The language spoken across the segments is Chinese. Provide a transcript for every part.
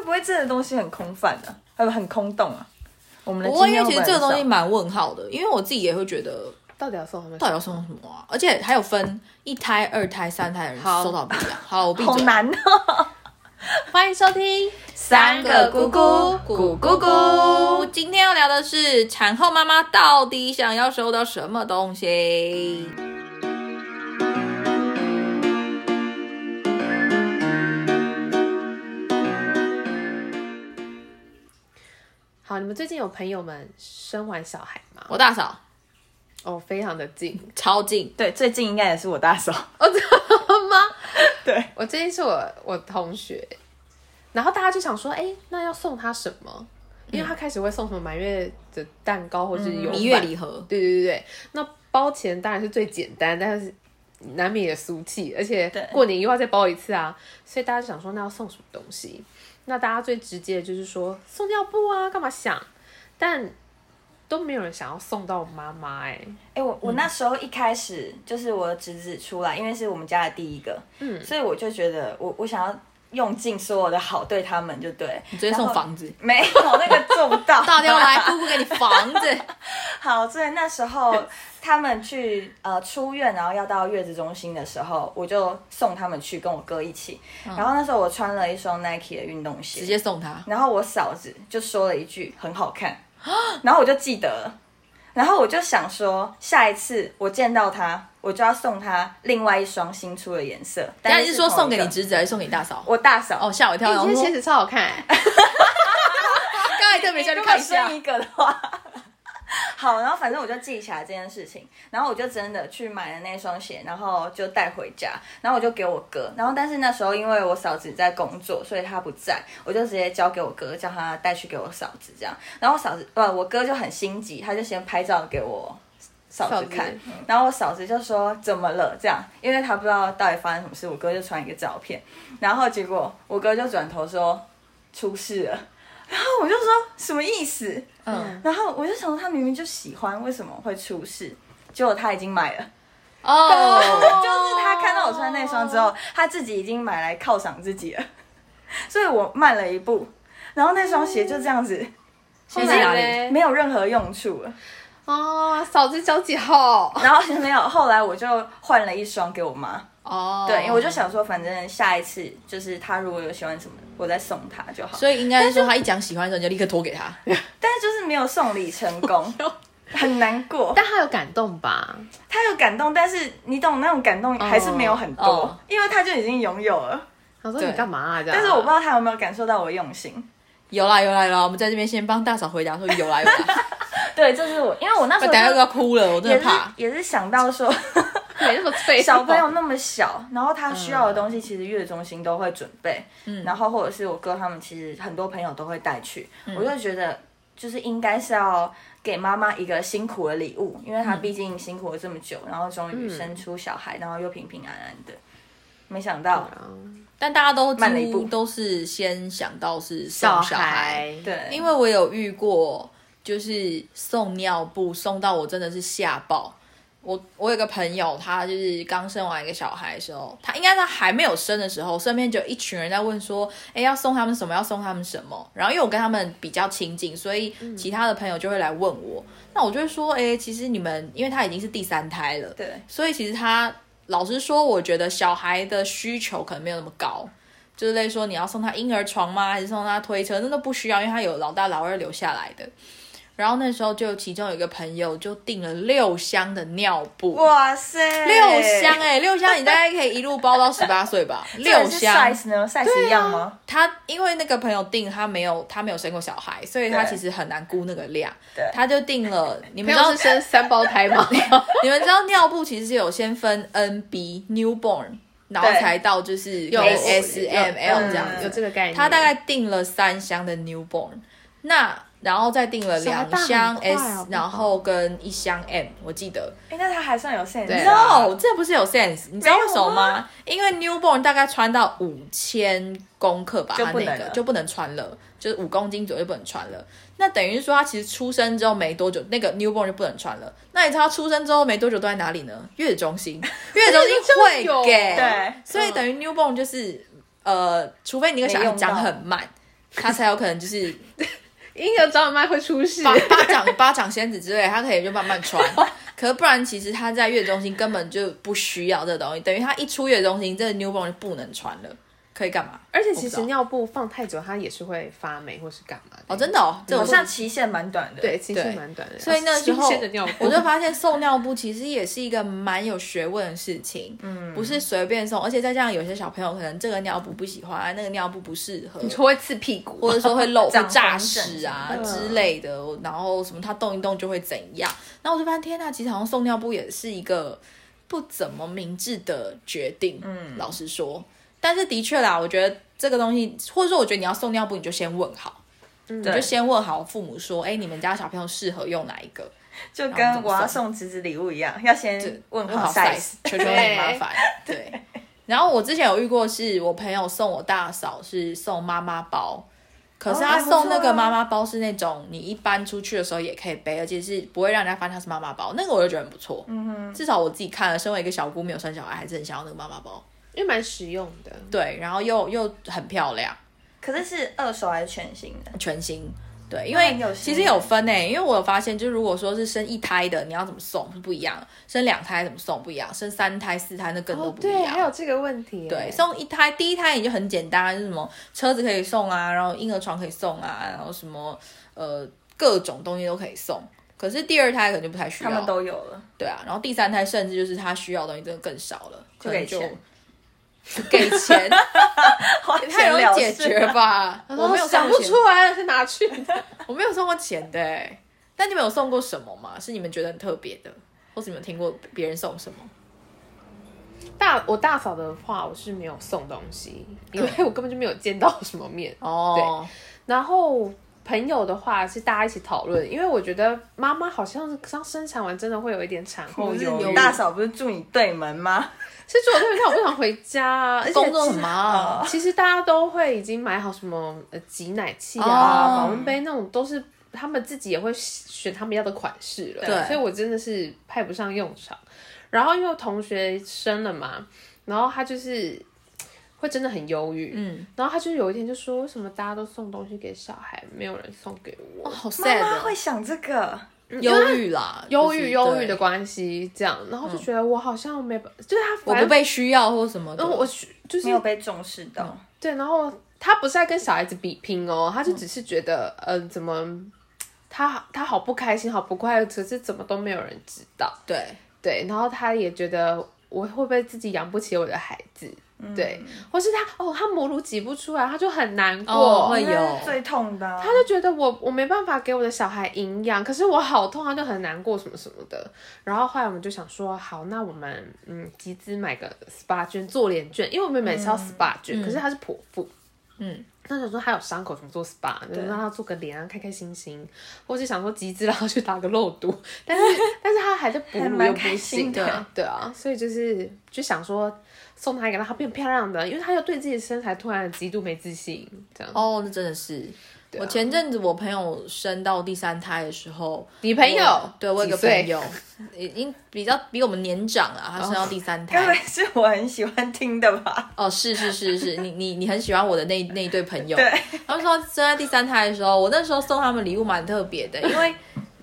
不会真的东西很空泛啊，还有很空洞啊？我们的不过经因为验其会不会实这个很东西少蛮问号的，因为我自己也会觉得到底要送他们到？底要送什么啊？而且还有分一胎、二胎、三胎的人好收到不一样。好，我闭好嘴。难哦。欢迎收听 三个姑姑咕咕咕。今天要聊的是产后妈妈到底想要收到什么东西？好，你们最近有朋友们生完小孩吗？我大嫂哦，非常的近，超近，对，最近应该也是我大嫂。哦，真的吗？对，我最近是我我同学，然后大家就想说，哎、那要送他什么？因为他开始会送什么满月的蛋糕或是油嗯蜜月饭礼盒。对对对对，那包钱当然是最简单，但是难免也俗气，而且对过年又要再包一次啊，所以大家就想说，那要送什么东西？那大家最直接的就是说送尿布啊，干嘛想？但都没有人想要送到妈妈哎、哎、我我那时候一开始就是我的侄子出来，因为是我们家的第一个，嗯，所以我就觉得我我想要用尽所有的好对他们，就对。你直接然送后房子，没有那个做不到， 大家来，姑姑给你房子。好，哦所以那时 候他们去呃出院，然后要到月子中心的时候，我就送他们去，跟我哥一起。然后那时候我穿了一双 Nike 的运动鞋，嗯直接送他，然后我嫂子就说了一句很好看， 然后我就记得了，然后我就想说，下一次我见到她，我就要送她另外一双新出的颜色。但是是说同一送给个你侄子还是送给你大嫂？我哎大嫂哦，吓我一跳！我你今天说啊鞋子超好看、欸，刚才特别下去看哎一如下果剩。一个的话。 好，然后反正我就记起来这件事情，然后我就真的去买了那双鞋，然后就带回家，然后我就给我哥，然后但是那时候因为我嫂子在工作，所以她不在，我就直接交给我哥，叫他带去给我嫂子这样，然后我嫂子不，我哥就很心急，他就先拍照给我嫂嫂子子看，然后我嫂子就说怎么了这样，因为她不知道到底发生什么事，我哥就传一个照片，然后结果我哥就转头说出事了。然后我就说什么意思？嗯，然后我就想说他明明就喜欢，为什么会出事？结果他已经买了，哦，就是他看到我穿那双之后，他自己已经买来犒赏自己了，所以我慢了一步，然后那双鞋就这样子现在哪后来里？嘞没有任何用处了。哦，嫂子小几号？然后没有，后来我就换了一双给我妈，哦，对，因为我就，想说反正下一次就是他如果有喜欢什么，我再送他就好。所以应该是说他一讲喜欢的时候，你就立刻脱给他。 但是就是没有送礼成 功有，很难过。但他有感动吧？他有感动，但是你懂那种感动还是没有很多，哦因为他就已经拥有了。他说对你干嘛啊？这样，但是我不知道他有没有感受到我用心。有啦有啦有啦，我们在这边先帮大嫂回答说有啦有 啦，对，这是我，因为我那我时候等下又要就哭了，我真也的是怕。也是想到说，没那么脆弱。小朋哦友那么小，然后他需要的嗯东西其实月中心都会准备，然后或者是我哥他们其实很多朋友都会带去，嗯我就觉得就是应该是要给妈妈一个辛苦的礼物，因为嗯她毕竟辛苦了这么久，然后终于生出小孩，然后又平平安安的，没想到，但大家 都慢了几一乎步都是先想到是送小小孩，对，啊因为我有遇过，就是送尿布送到我真的是吓爆。我我有个朋友，他就是刚生完一个小孩的时候，他应该他还没有生的时候，身边就有一群人在问说，哎，要送他们什么？要送他们什么？然后因为我跟他们比较亲近，所以其他的朋友就会来问我。那我就会说，哎，其实你们，因为他已经是第三胎了，对。所以其实他老实说，我觉得小孩的需求可能没有那么高，就是类似说你要送他婴儿床吗，还是送他推车，那都不需要，因为他有老大老二留下来的。然后那时候就其中有一个朋友就订了六箱的尿布，哇塞，六箱哎、六箱你大概可以一路包到十八岁吧，这个六是箱。啊 size 呢？size 一样吗？他因为那个朋友订，他没有他没有生过小孩，所以他对其实很难估那个量对，他就订了。你们知朋道友是生三胞胎吗？你们知道尿布其实有先分 NB newborn，然后对才到就是有 S M 有 L 这样嗯子。有这个概念。他大概订了三箱的 newborn，那然后再订了两箱小孩大很快 S，、啊好不好然后跟一箱 M，我记得。哎，那它还算有 sense。对啊 No，这不是有 sense，你知啊道为什么吗？因为 newborn 大概穿到五千公克吧，就它不能那个了就不能穿了，就是五公斤左右就不能穿了。那等于是说，他其实出生之后没多久，那个 newborn 就不能穿了。那你知道他出生之后没多久都在哪里呢？月子 中心，月子中心会给，对所以等于 newborn 就是呃，除非你那个小没孩用到长很慢，他才有可能就是婴儿早晚麦会出事。巴 巴掌巴掌仙子之类，他可以就慢慢 穿。可是不然，其实他在月子中心根本就不需要这东西，等于他一出月子中心，这个 newborn 就不能穿了，可以干嘛？而且我不其知实道尿布放太久，它也是会发霉或是干嘛的。哦，真的哦，这好我像期限蛮短的。对，其实对蛮短的。所以那时候新鲜的尿布我就发现送尿布其实也是一个蛮有学问的事情，嗯，不是随便送，而且再加上有些小朋友可能这个尿布不喜欢，那个尿布不适合，你说会刺屁股，或者说会漏、会长炸红疹屎啊什么之的类的，然后什么它动一动就会怎样。然后我就发现，天呐，啊其实好像送尿布也是一个不怎么明智的决定。嗯，老实说，但是的确啦，我觉得这个东西，或者说我觉得你要送尿布，你就先问好，你就对先问好父母说，哎，你们家小朋友适合用哪一个？就然后跟怎么我要送送侄子礼物一样，要先问好 size。求求你麻烦。对。然后我之前有遇过，是我朋友送我大嫂是送妈妈包，可是哦他还不送那错个啊妈妈包是那种你一般出去的时候也可以背，而且是不会让人家发现它是妈妈包，那个我就觉得很不错。嗯哼，至少我自己看了，身为一个小姑没有生小孩，还是很想要那个妈妈包。因为蛮实用的。对，然后又又很漂亮，可是是二手还是全新的？全新。对，因那为很有心其实有分诶、因为我有发现，就是如果说是生一胎的，你要怎么送是不一样；生两胎怎么送不一样；生三胎、四胎那更都哦，不一样。对，还有这个问题耶。对，送一胎，第一胎也就很简单，就是什么车子可以送啊，然后婴儿床可以送啊，然后什么呃各种东西都可以送。可是第二胎可能就不太需要，他们都有了，对啊。然后第三胎甚至就是他需要的东西真的更少了，就可能给就钱给钱，花也 太容易解钱了事决吧？哦， 我没有想送不过出钱，来是哪去的。我没有送过钱的、欸。但你们有送过什么吗？是你们觉得很特别的，或是你们听过别人送什么？大我大嫂的话，我是没有送东西，因为我根本就没有见到什么面。哦，然后朋友的话是大家一起讨论，因为我觉得妈妈好像是刚生产完，真的会有一点产后不是忧郁。你大嫂不是住你对门吗？是住我对面，但我不想回家啊，而且工作什其实呃么啊？其实大家都会已经买好什么呃挤奶器哦啊、保温杯那种，都是他们自己也会选他们要的款式了。对所以我真的是派不上用场。然后因为我同学生了嘛，然后他就是会真的很忧郁，嗯，然后他就有一天就说，为什么大家都送东西给小孩，没有人送给我哦，？好妈 sad，妈会哦想这个，忧郁啦，忧郁忧郁的的关系这样，然后就觉得我好像没，就是嗯他我反不正被需要或什么的。然后我就是没有被重视到。对，然后他不是在跟小孩子比拼哦，他就只是觉得，嗯、呃，怎么他他好不开心，好不快乐，可是怎么都没有人知道。对，对，然后他也觉得我会不会自己养不起我的孩子？嗯对，或是他哦，他母乳挤不出来，他就很难过。哦会有那是最痛的啊、哦他就觉得我我没办法给我的小孩营养，可是我好痛，他就很难过什么什么的。然后后来我们就想说，好，那我们嗯集资买个 SPA 券做脸券，因为我们每次嗯要 SPA 券，可是他是剖腹，嗯，那想说他有伤口，怎么做 SPA，就让他做个脸啊，开开心心，或是想说集资让他去打个肉毒， 但是但是他还在 哺还乳蛮又不开心行，的对对啊，所以就是就想说送他一个让他变漂亮的，因为他又对自己的身材突然极度没自信，这样。哦，那真的是。啊我前阵子我朋友生到第三胎的时候，你朋友我对我有个几岁朋友，已经比较比我们年长了，他生哦到第三该不会胎。是我很喜欢听的吧？哦，是是是是，你你你很喜欢我的那那一对朋友。他们说生在第三胎的时候，我那时候送他们礼物蛮特别的，因为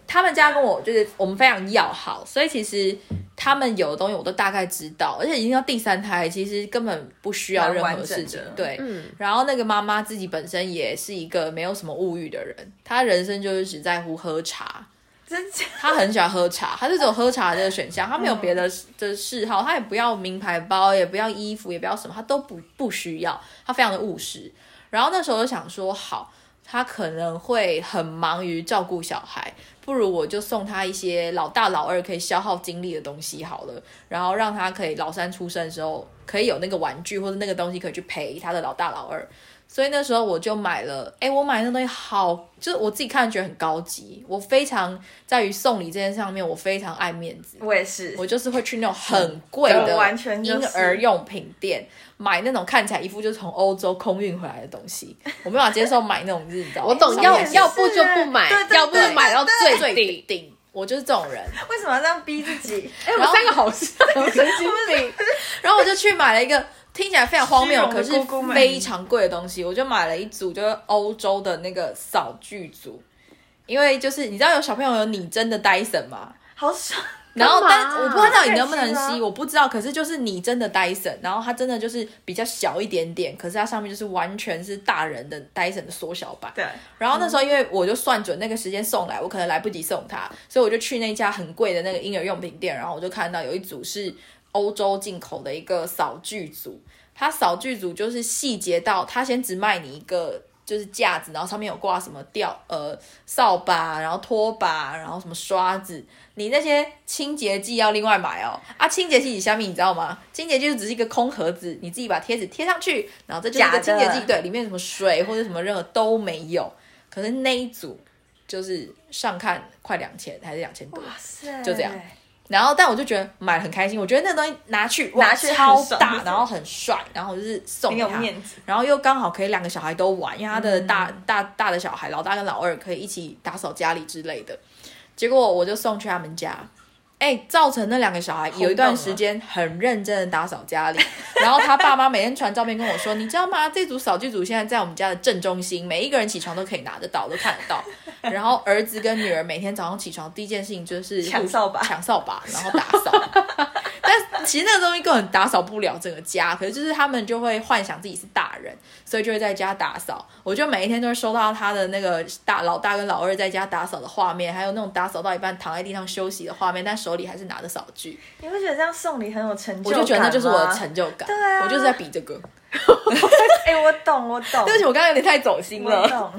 他们家跟我就是我们非常要好，所以其实他们有的东西我都大概知道，而且已经到第三胎，其实根本不需要任蛮何完整事情的。嗯对，然后那个妈妈自己本身也是一个没有什么物欲的人，她人生就是只在乎喝茶。真假？她很喜欢喝茶，她就只有喝茶这个选项，她没有别的的嗜好，她也不要名牌包，也不要衣服，也不要什么，她都不不需要，她非常的务实。然后那时候就想说，好，她可能会很忙于照顾小孩，不如我就送她一些老大老二可以消耗精力的东西好了，然后让她可以老三出生的时候可以有那个玩具或者那个东西可以去陪她的老大老二。所以那时候我就买了，哎，我买那东西好，就是我自己看觉得很高级。我非常在于送礼这件事上面，我非常爱面子，我也是，我就是会去那种很贵的我完全就是婴儿用品店买那种看起来一副就是从欧洲空运回来的东西，我没办法接受买那种日照。我懂，上要面是要不就不买，对对对要不就买到最最顶。顶，我就是这种人。为 什么要这样逼自己？ 哎，我们三个好像神经病，然后我就去买了一个听起来非常荒虚谬，荣的可是姑姑们非常贵的东西，我就买了一组，就是欧洲的那个扫具组，因为就是你知道有小朋友有拟真的 Dyson 吗？哎好爽，然后，干嘛但我不知道你能不太能轻吸，了我不知道。可是就是你真的 Dyson，然后它真的就是比较小一点点，可是它上面就是完全是大人的 Dyson 的缩小版。对，然后那嗯时候因为我就算准那个时间送来，我可能来不及送他，所以我就去那家很贵的那个婴儿用品店，然后我就看到有一组是欧洲进口的一个扫具组，它扫具组就是细节到它先只卖你一个。就是架子，然后上面有挂什么吊呃扫把，然后拖把，然后什么刷子，你那些清洁剂要另外买哦。啊，清洁剂下面你知道吗？清洁剂就只是一个空盒子，你自己把贴纸贴上去，然后这就是一个假清的洁剂，对，里面什么水或者什么任何都没有。可是那一组就是上看快两千还是两千多，塞就这样然后但我就觉得买得很开心，我觉得那个东西拿去哇拿去很超爽大，然后很帅，然后就是送很给有他面子，嗯然后又刚好可以两个小孩都玩，因为他的大、大大的小孩老大跟老二可以一起打扫家里之类的。结果我就送去他们家，哎、造成那两个小孩有一段时间很认真的打扫 家里，然后他爸妈每天传照片跟我说，你知道吗？这组扫地组现在在我们家的正中心，每一个人起床都可以拿得到，都看得到。然后儿子跟女儿每天早上起床第一件事情就是抢扫把抢扫把，然后打 扫。但其实那个东西根本打扫不了整个家，可是就是他们就会幻想自己是大人，所以就会在家打扫。我就每一天都会收到他的那个大老大跟老二在家打扫的画面，还有那种打扫到一半躺在地上休息的画面，但手里还是拿着扫具，你不觉得这样送礼很有成就我感吗？就觉得那就是我的成就感。对啊我就是在比这个。哎、我懂，我懂，对不起，我刚刚有点太走心我了。懂，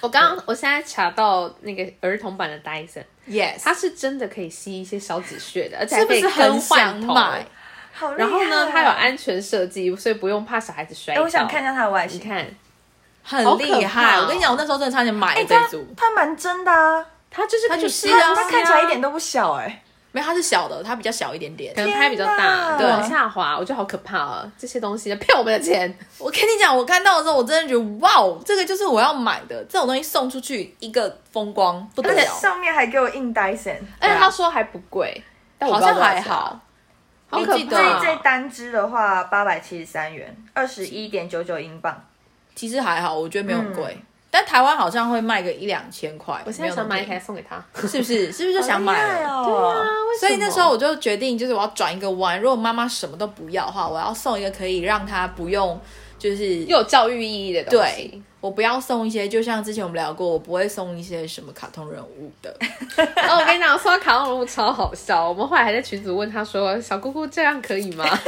我刚刚我现在查到那个儿童版的 Dyson， Yes，啊它是真的可以吸一些小纸屑的，而且还是不可以是更很换想头。买？好厉害然哦后呢，它有，安全设计，所以不用怕小孩子摔哎、倒。我想看一下它的外你形，看，很好可厉害！怕哦我跟你讲，我那时候真的差点买了哎、这它组。它蛮真的啊，它就是它可以就是吸对啊它看起来一点都不小哎、没有，它是小的，它比较小一点点可。能拍比较大，天哪对，往下滑，我觉得好可怕啊！这些东西骗我们的钱，我跟你讲，我看到的时候，我真的觉得哇，哦，这个就是我要买的。这种东西送出去一个风光不得而且了，上面还给我印 Dyson，哎而且他说还不贵，但我好不知道像多少还钱好，。好我可记得啊所以怕这哦。单支的话八百七十三元，二十一点九九英镑。其实还好，我觉得没有很贵。但台湾好像会卖个一两千块，嗯我现在想买一台送给他，没有那么便宜，是不是？是不是就想买了？好厉害哦！所以那时候我就决定，就是我要转一个弯。如果妈妈什么都不要的话，我要送一个可以让她不用，就是又有教育意义的东对西，我不要送一些，就像之前我们聊过，我不会送一些什么卡通人物的。 对。哦然后我跟你讲，说到卡通人物超好笑，我们后来还在群组问他说：“小姑姑这样可以吗？”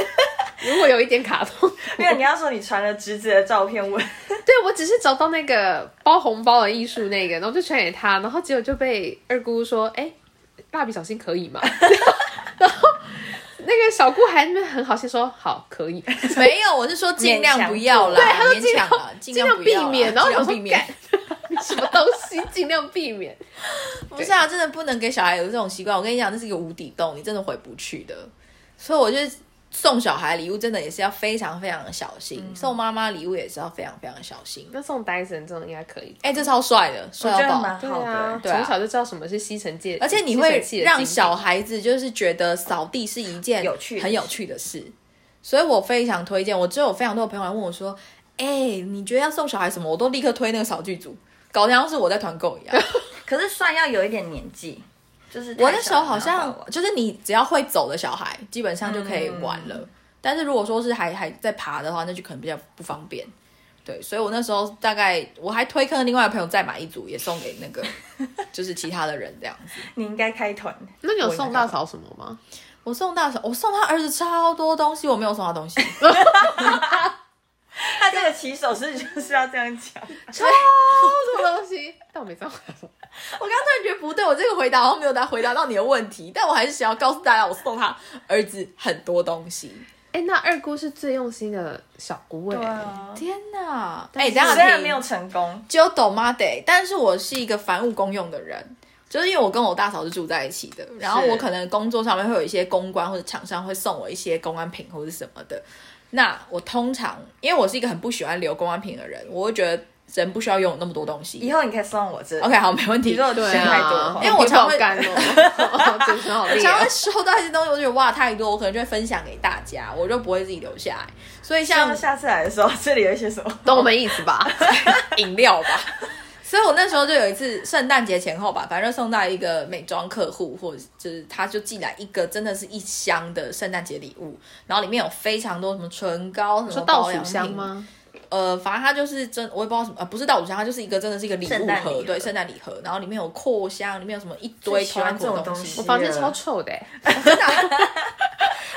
如果有一点卡通，没有，你要说你传了侄子的照片，我对我只是找到那个包红包的艺术那个，然后就传给他，然后结果就被二姑姑说：“哎，蜡笔小新可以吗？”然后那个小姑还那边很好心说：“好，可以。”没有，我是说尽量不要啦，对，他说勉强啦，尽尽量不避要啦免，然后尽我量说避免。干什么东西尽量避免。不是啊，真的不能给小孩有这种习惯。我跟你讲，这是一个无底洞，你真的回不去的。所以我就送小孩礼物，真的也是要非常非常的小心。送妈妈礼物也是要非常非常小心。那送 Dyson 这种应该可以，哎、这超帅的，帅觉得到爆蛮！好的。对啊从小就知道什么是吸尘界，而且你吸会尘器的让精小孩子就是觉得扫地是一件有趣的很有趣的事，所以我非常推荐。我知道有非常多的朋友来问我说：“哎、你觉得要送小孩什么？”我都立刻推那个扫剧组，搞得像是我在团购一 样。可是算要有一点年纪，就是我那时候好太小了没有办像法玩就是你只要会走的小孩，基本上就可以玩了。嗯但是如果说是还还在爬的话，那就可能比较不方便。对，所以我那时候大概我还推坑另外的朋友再买一组，也送给那个就是其他的人这样子。你应该开团，那你有送大嫂什么吗？我送大嫂，我送他儿子超多东西，我没有送 他东西，他这个起手式就是要这样讲。超多东西，但我没送。我刚突然觉得不对，我这个回答好像没有答回答到你的问题，但我还是想要告诉大家，我送他儿子很多东西。哎，那二姑是最用心的小姑哎，啊天哪！哎、是等一下虽然停没有成功，只有懂妈得，但是我是一个凡物公用的人，就是因为我跟我大嫂是住在一起的，然后我可能工作上面会有一些公关或者厂商会送我一些公关品或者什么的。那我通常因为我是一个很不喜欢留公关品的人，我会觉得人不需要拥有那么多东西以。后你可以送我这 OK，好，没问你题如。果对钱太多的啊话，，因为我常好会干哦， 真是好我厉常害会。收到一些东西，我就觉得哇太多，我可能就会分享给大家，我就不会自己留下来。所以希望像下次来的时候，这里有一些什么？懂我们意思吧？饮料吧。所以我那时候就有一次圣诞节前后吧，反正送到一个美妆客户，或者就是他就寄来一个真的是一箱的圣诞节礼物，然后里面有非常多什么唇膏、什说么 倒保数养香品？吗？呃，反正它就是真，我也不知道什么，呃，不是倒数箱，它就是一个真的是一个礼圣物诞礼盒，盒对，圣诞礼盒，然后里面有扩香，里面有什么一堆最喜欢同样这的种东西西我。房间超臭的欸，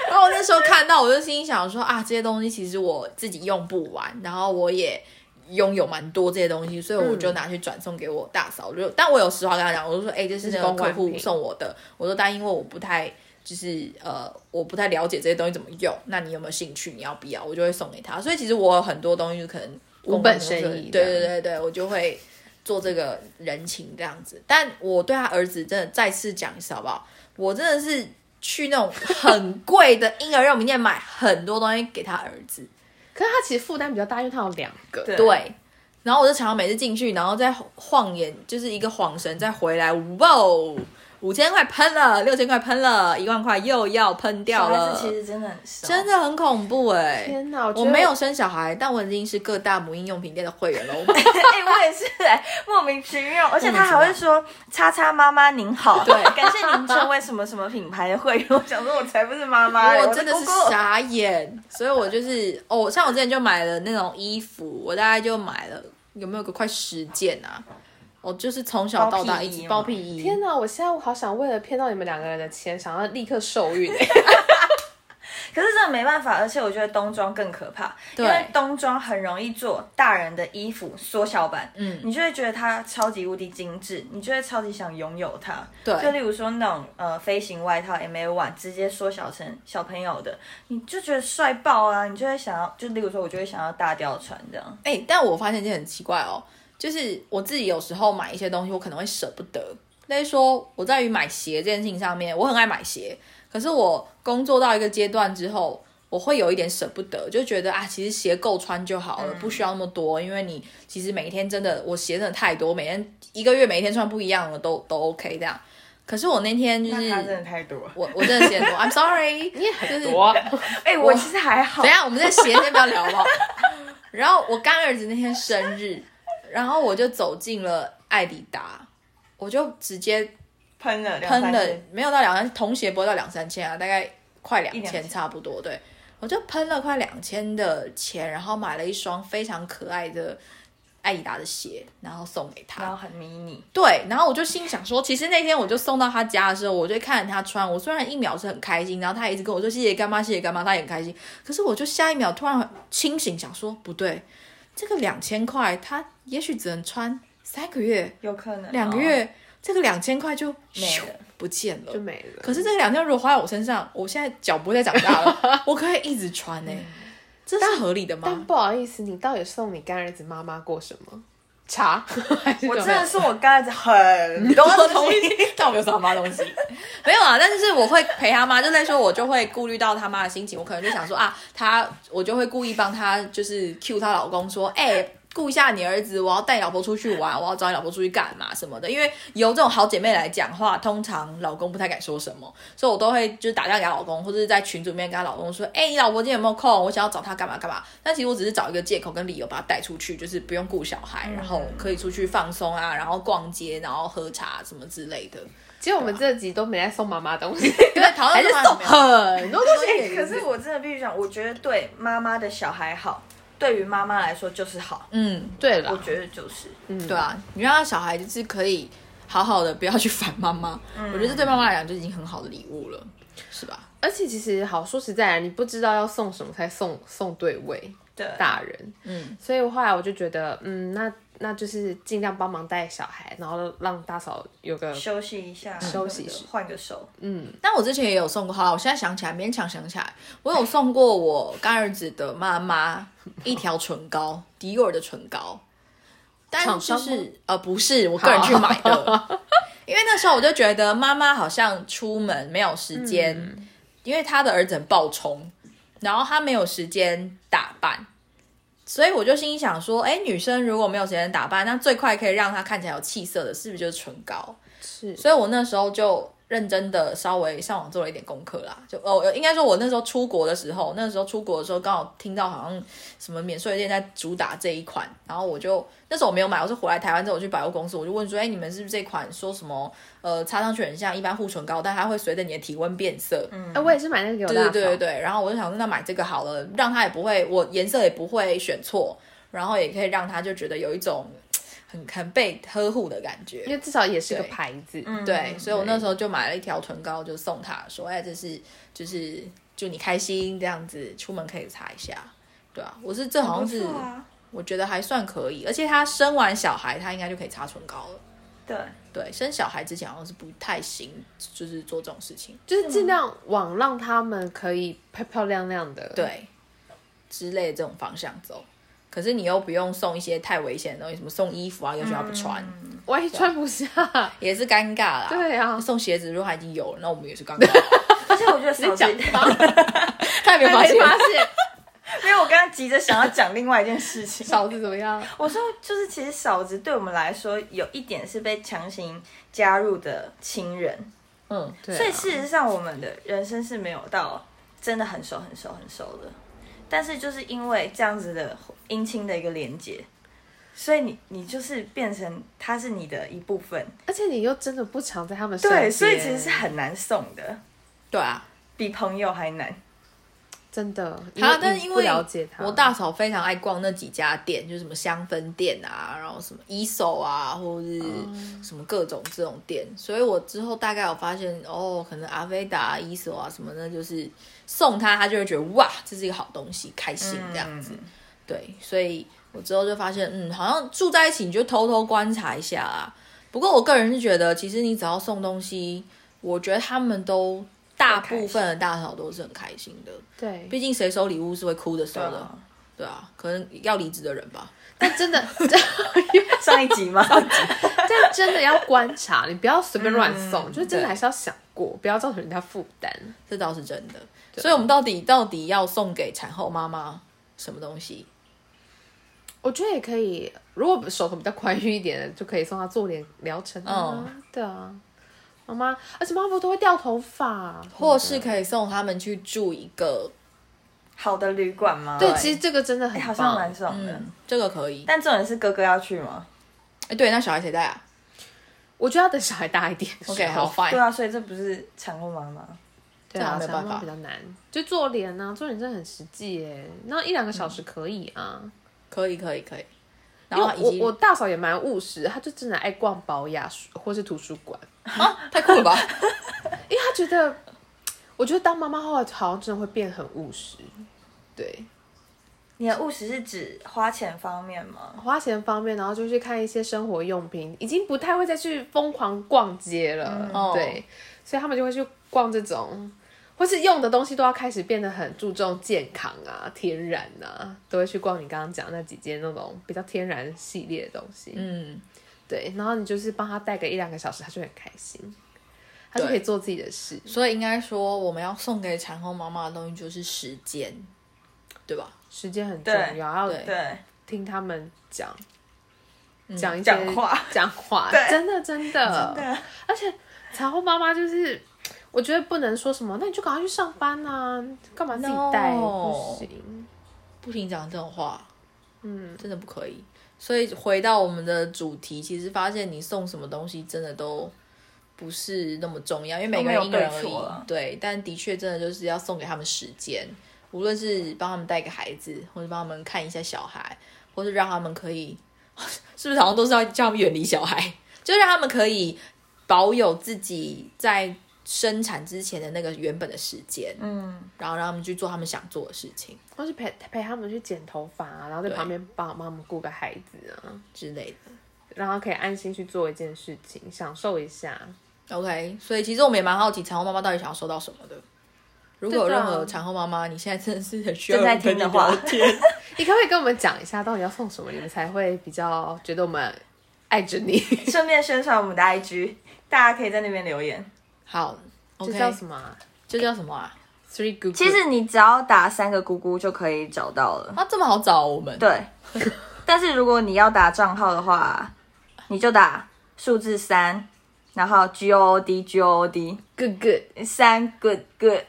然后我那时候看到，我就心里想说啊，这些东西其实我自己用不完，然后我也拥有蛮多这些东西，所以我嗯就拿去转送给我大嫂。就、但我有实话跟她讲，我就说，哎、这是那个这是公客关户品送我的，我说但因为我不太。就是呃，我不太了解这些东西怎么用，那你有没有兴趣？你要不要？我就会送给他。所以其实我有很多东西就可能无本生意对对这样对对，我就会做这个人情这样子。但我对他儿子真的再次讲一次好不好？我真的是去那种很贵的婴儿用品店买很多东西给他儿子，可是它其实负担比较大，因为它有两个。对对。然后我就常常每次进去，然后再晃眼，就是一个晃神，再回来，哇哦，五千块喷了，六千块喷了，一万块又要喷小掉孩了子，其实真的很少，真的很恐怖哎、天哪，觉我得没有生小孩，但我已经是各大母婴用品店的会员 喽。哎、我也是哎、莫名其妙，而且他还会说“叉叉妈妈您好”，对， 感谢您成为什么什么品牌的会员。 我想说，我才不是妈妈嘞， 我哎我真的是姑姑傻眼，所以我就是哦，像我之前就买了那种衣服，我大概就买了有没有个快十件啊？我就是从小到大一直包包屁屁衣，天哪，我现在我好想为了骗到你们两个人的钱，想要立刻受孕欸。可是真的没办法，而且我觉得冬装更可怕，因对为冬装很容易做大人的衣服缩小版，嗯，你就会觉得它超级无敌精致，你就会超级想拥有它。对就例如说那种呃飞行外套 M A One 直接缩小成小朋友的，你就觉得帅爆啊，你就会想要，就例如说我就会想要大吊穿这样，哎、但我发现一件很奇怪哦，就是我自己有时候买一些东西，我可能会舍不得。那是说我在于买鞋这件事情上面，我很爱买鞋，可是我工作到一个阶段之后，我会有一点舍不得，就觉得啊，其实鞋够穿就好了，不需要那么多，因为你其实每天真的我鞋真的太多，每天一个月每天穿不一样的都都 OK 这样。可是我那天就那它真的是太多了。我我真的鞋很多，I'm sorry，你也很就是多啊，哎、我其实还好等一，下，我们在鞋先不要聊吧。 然后我干儿子那天生日，然后我就走进了艾迪达，我就直接喷了两喷三了天，没有到两三，童鞋不会到两三千啊，大概快两一两千千差不多。对，我就喷了快两千的钱，然后买了一双非常可爱的艾迪达的鞋，然后送给他然。后很迷你，对，然后我就心想说，其实那天我就送到他家的时候，我就看着他穿，我虽然一秒是很开心，然后他也一直跟我说谢谢干妈，谢谢干妈，他也很开心，可是我就下一秒突然清醒，想说不对，这个两千块他也许只能穿三个月、有可能两个月，这个两千块就没了不见了 就。没了。可是这个两千如果花在我身上，我现在脚不会再长大了，我可以一直穿呢、这是合理的但吗？不好意思，你到底送你干儿子妈妈过什么？茶？ 还是我怎真么样的是我刚才很 多东 西，西，但我没有送他妈东西，没有啊。但是我会陪他妈，就在说，我就会顾虑到他妈的心情，我可能就想说啊，她我就会故意帮她，就是 cue 她老公说，哎、顾一下你儿子，我要带老婆出去玩，我要找你老婆出去干嘛什么的。因为由这种好姐妹来讲话，通常老公不太敢说什么，所以我都会就是打电话给她老公，或者是在群组里面跟她老公说，哎、你老婆今天有没有空？我想要找她干嘛干嘛。但其实我只是找一个借口跟理由把她带出去，就是不用顾小孩，然后可以出去放松啊，然后逛街，然后喝茶什么之类的。其实我们这集都没在送妈妈东西， 对，讨还论是送很多东哎西。可是我真的必须讲，我觉得对妈妈的小孩好，对于妈妈来说就是好，嗯，对我了，觉得就是，嗯，对，啊，你让小孩就是可以好好的，不要去烦妈妈。嗯我觉得这对妈妈来讲就已经很好的礼物了，是吧？而且其实好说实在啊的，你不知道要送什么才送送对位，对大人，嗯，所以后来我就觉得，嗯，那那就是尽量帮忙带小孩，然后让大嫂有个休息一下，休息一下换个手，但我之前也有送过，好啦，我现在想起来，勉强想起来，我有送过我干儿子的妈妈一条唇膏，迪奥的唇膏，但厂就商吗是呃不是我个人去买的， 因为那时候我就觉得妈妈好像出门没有时间，因为她的儿子很暴冲，然后她没有时间打扮，所以我就心里想说，哎，女生如果没有时间打扮，那最快可以让她看起来有气色的，是不是就是唇膏？是所以我那时候就认真的稍微上网做了一点功课啦，就哦，应该说我那时候出国的时候，那时候出国的时候刚好听到好像什么免税店在主打这一款，然后我就那时候我没有买，我是回来台湾之后我去百货公司，我就问说，哎，你们是不是这款说什么呃擦上去很像一般护唇膏，但它会随着你的体温变色？嗯，哎、我也是买那个给我大对嫂，对对对，然后我就想说那买这个好了，让它也不会我颜色也不会选错，然后也可以让它就觉得有一种很很被呵护的感觉，因为至少也是个对嗯牌子，对，所以我那时候就买了一条唇膏，就送他说：“哎，这是就是祝你开心，这样子出门可以擦一下。”对啊，我是这好像是、不错啊我觉得还算可以，而且他生完小孩，他应该就可以擦唇膏了。对，对，生小孩之前好像是不太行，就是做这种事情，就是尽量往让他们可以漂漂亮亮的。，对之类的这种方向走。可是你又不用送一些太危险的东西，什么送衣服啊，又学校不穿，万一穿不下，也是尴尬啦。 对啊送鞋子如果他已经有了，那我们也是尴 尬啊，而且我觉得嫂子，他也没还发没现。发 现 因为我刚刚急着想要讲另外一件事情，嫂子怎么样？我说，就是其实嫂子对我们来说有一点是被强行加入的亲人，嗯，对。啊所以事实上我们的人生是没有到真的很熟很熟很熟的，但是就是因为这样子的姻亲的一个连接，所以你你就是变成他是你的一部分，而且你又真的不常在他们身边，对，所以其实是很难送的，对啊，比朋友还 难。真的。好啊，你但是因不为了解他，我大嫂非常爱逛那几家店，就是什么香氛店啊，然后什么一手啊，或者是什么各种这种店，所以我之后大概有发现，哦，可能阿菲达、一手啊什么的，就是送她，她就会觉得哇，这是一个好东西，开心这样子。对，所以我之后就发现，嗯，好像住在一起你就偷偷观察一下啦。不过我个人是觉得，其实你只要送东西，我觉得他们都大开心部分的大嫂都是很开心的。对， 毕竟谁收礼物是会哭着收的，对啊啊可能要离职的 人吧。但真的，上一集吗？ 但真的要观察，你不要随便乱送，就是真对的还是要想过，不要造成人家负担。这倒是真的。所以我们到底到底要送给产后妈妈什么东西？我觉得也可以，如果手头比较宽裕一点的，就可以送她做脸疗程啊。对啊，妈妈，而且妈妈不都会掉头发，或是可以送他们去住一个，好的旅馆吗？对，其实这个真的很哎棒，好像蛮爽的。嗯，这个可以。但重点是哥哥要去吗？哎，对，那小孩谁带啊我觉得要等小孩大一点的时候？OK，对好，fine。啊，所以这不是产后妈妈。对这啊，样没有小孩办法比较难，就做脸呢、啊，做脸真的很实际耶，那一两个小时可以啊。可以，可以，可以。然因后嗯啊为以及我我大嫂也蛮务实，她就真的爱逛保雅书或是图书馆，啊，太酷了吧！因为她觉得，我觉得当妈妈后来好像真的会变很务实，对，你的务实是指花钱方面吗？花钱方面，然后就去看一些生活用品，已经不太会再去疯狂逛街了，哦对，所以他们就会去逛这种，或是用的东西都要开始变得很注重健康啊、天然啊，都会去逛你刚刚讲那几间那种比较天然系列的东西，嗯，对，然后你就是帮他带个一两个小时，他就很开心，他就对可以做自己的事，所以应该说我们要送给产后妈妈的东西就是时间，对吧？时间很重对要，要对对，听他们讲。讲一些嗯讲话 讲话，对真的真的真的而且产后妈妈就是，我觉得不能说什么，那你就赶快去上班啊，干嘛自己 No 带不行？不行讲这种话，嗯，真的不可以。所以回到我们的主题，其实发现你送什么东西真的都不是那么重要，因为每个人因人都而没有对错异啊。对，但的确真的就是要送给他们时间，无论是帮他们带个孩子，或者帮他们看一下小孩，或是让他们可以， 是不是好像都是要叫他们远离小孩， 就让他们可以保有自己在生产之前的那个原本的时间，嗯，然后让他们去做他们想做的事情或是陪陪他们去剪头发啊，然后在对旁边帮帮他们顾个孩子啊，之类的。让他可以安心去做一件事情，享受一下。 OK，所以其实我们也蛮好奇产后妈妈到底想要收到什么的。如果有对啊任何产后妈妈，你现在真的是很需要正在听的话人跟你聊天你可不可以跟我们讲一下，到底要送什么，你们才会比较觉得我们爱着 你？顺便宣传我们的 IG，大家可以在那边留言。好这叫，OK，什么啊、这叫什么啊？ Three Good，其实你只要打三个姑姑就可以找到了。啊，这么好找我们？对，但是如果你要打账号的话，你就打数字三，然后 G O O D G O O D Good Good。三 good good，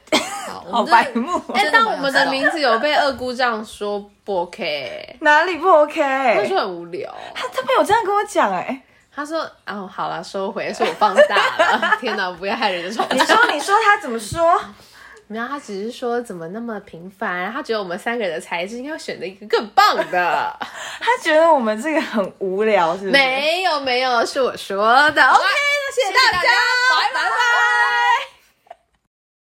好，我好们真的白目哦、哎但我们的名字有被二姑这样说不 OK，哪里不 OK？他说很无聊。他他没有这样跟我讲哎、他说：“哦，好了，收回，是我放大了。天哪，不要害人的创你伤。说你说他怎么说？没有，他只是说怎么那么平凡，他觉得我们三个人的才智应该选择一个更棒 的。他觉得我们这个很无聊，是不是？没有，没有，是我说的。OK，那谢谢谢谢大大家家，拜拜拜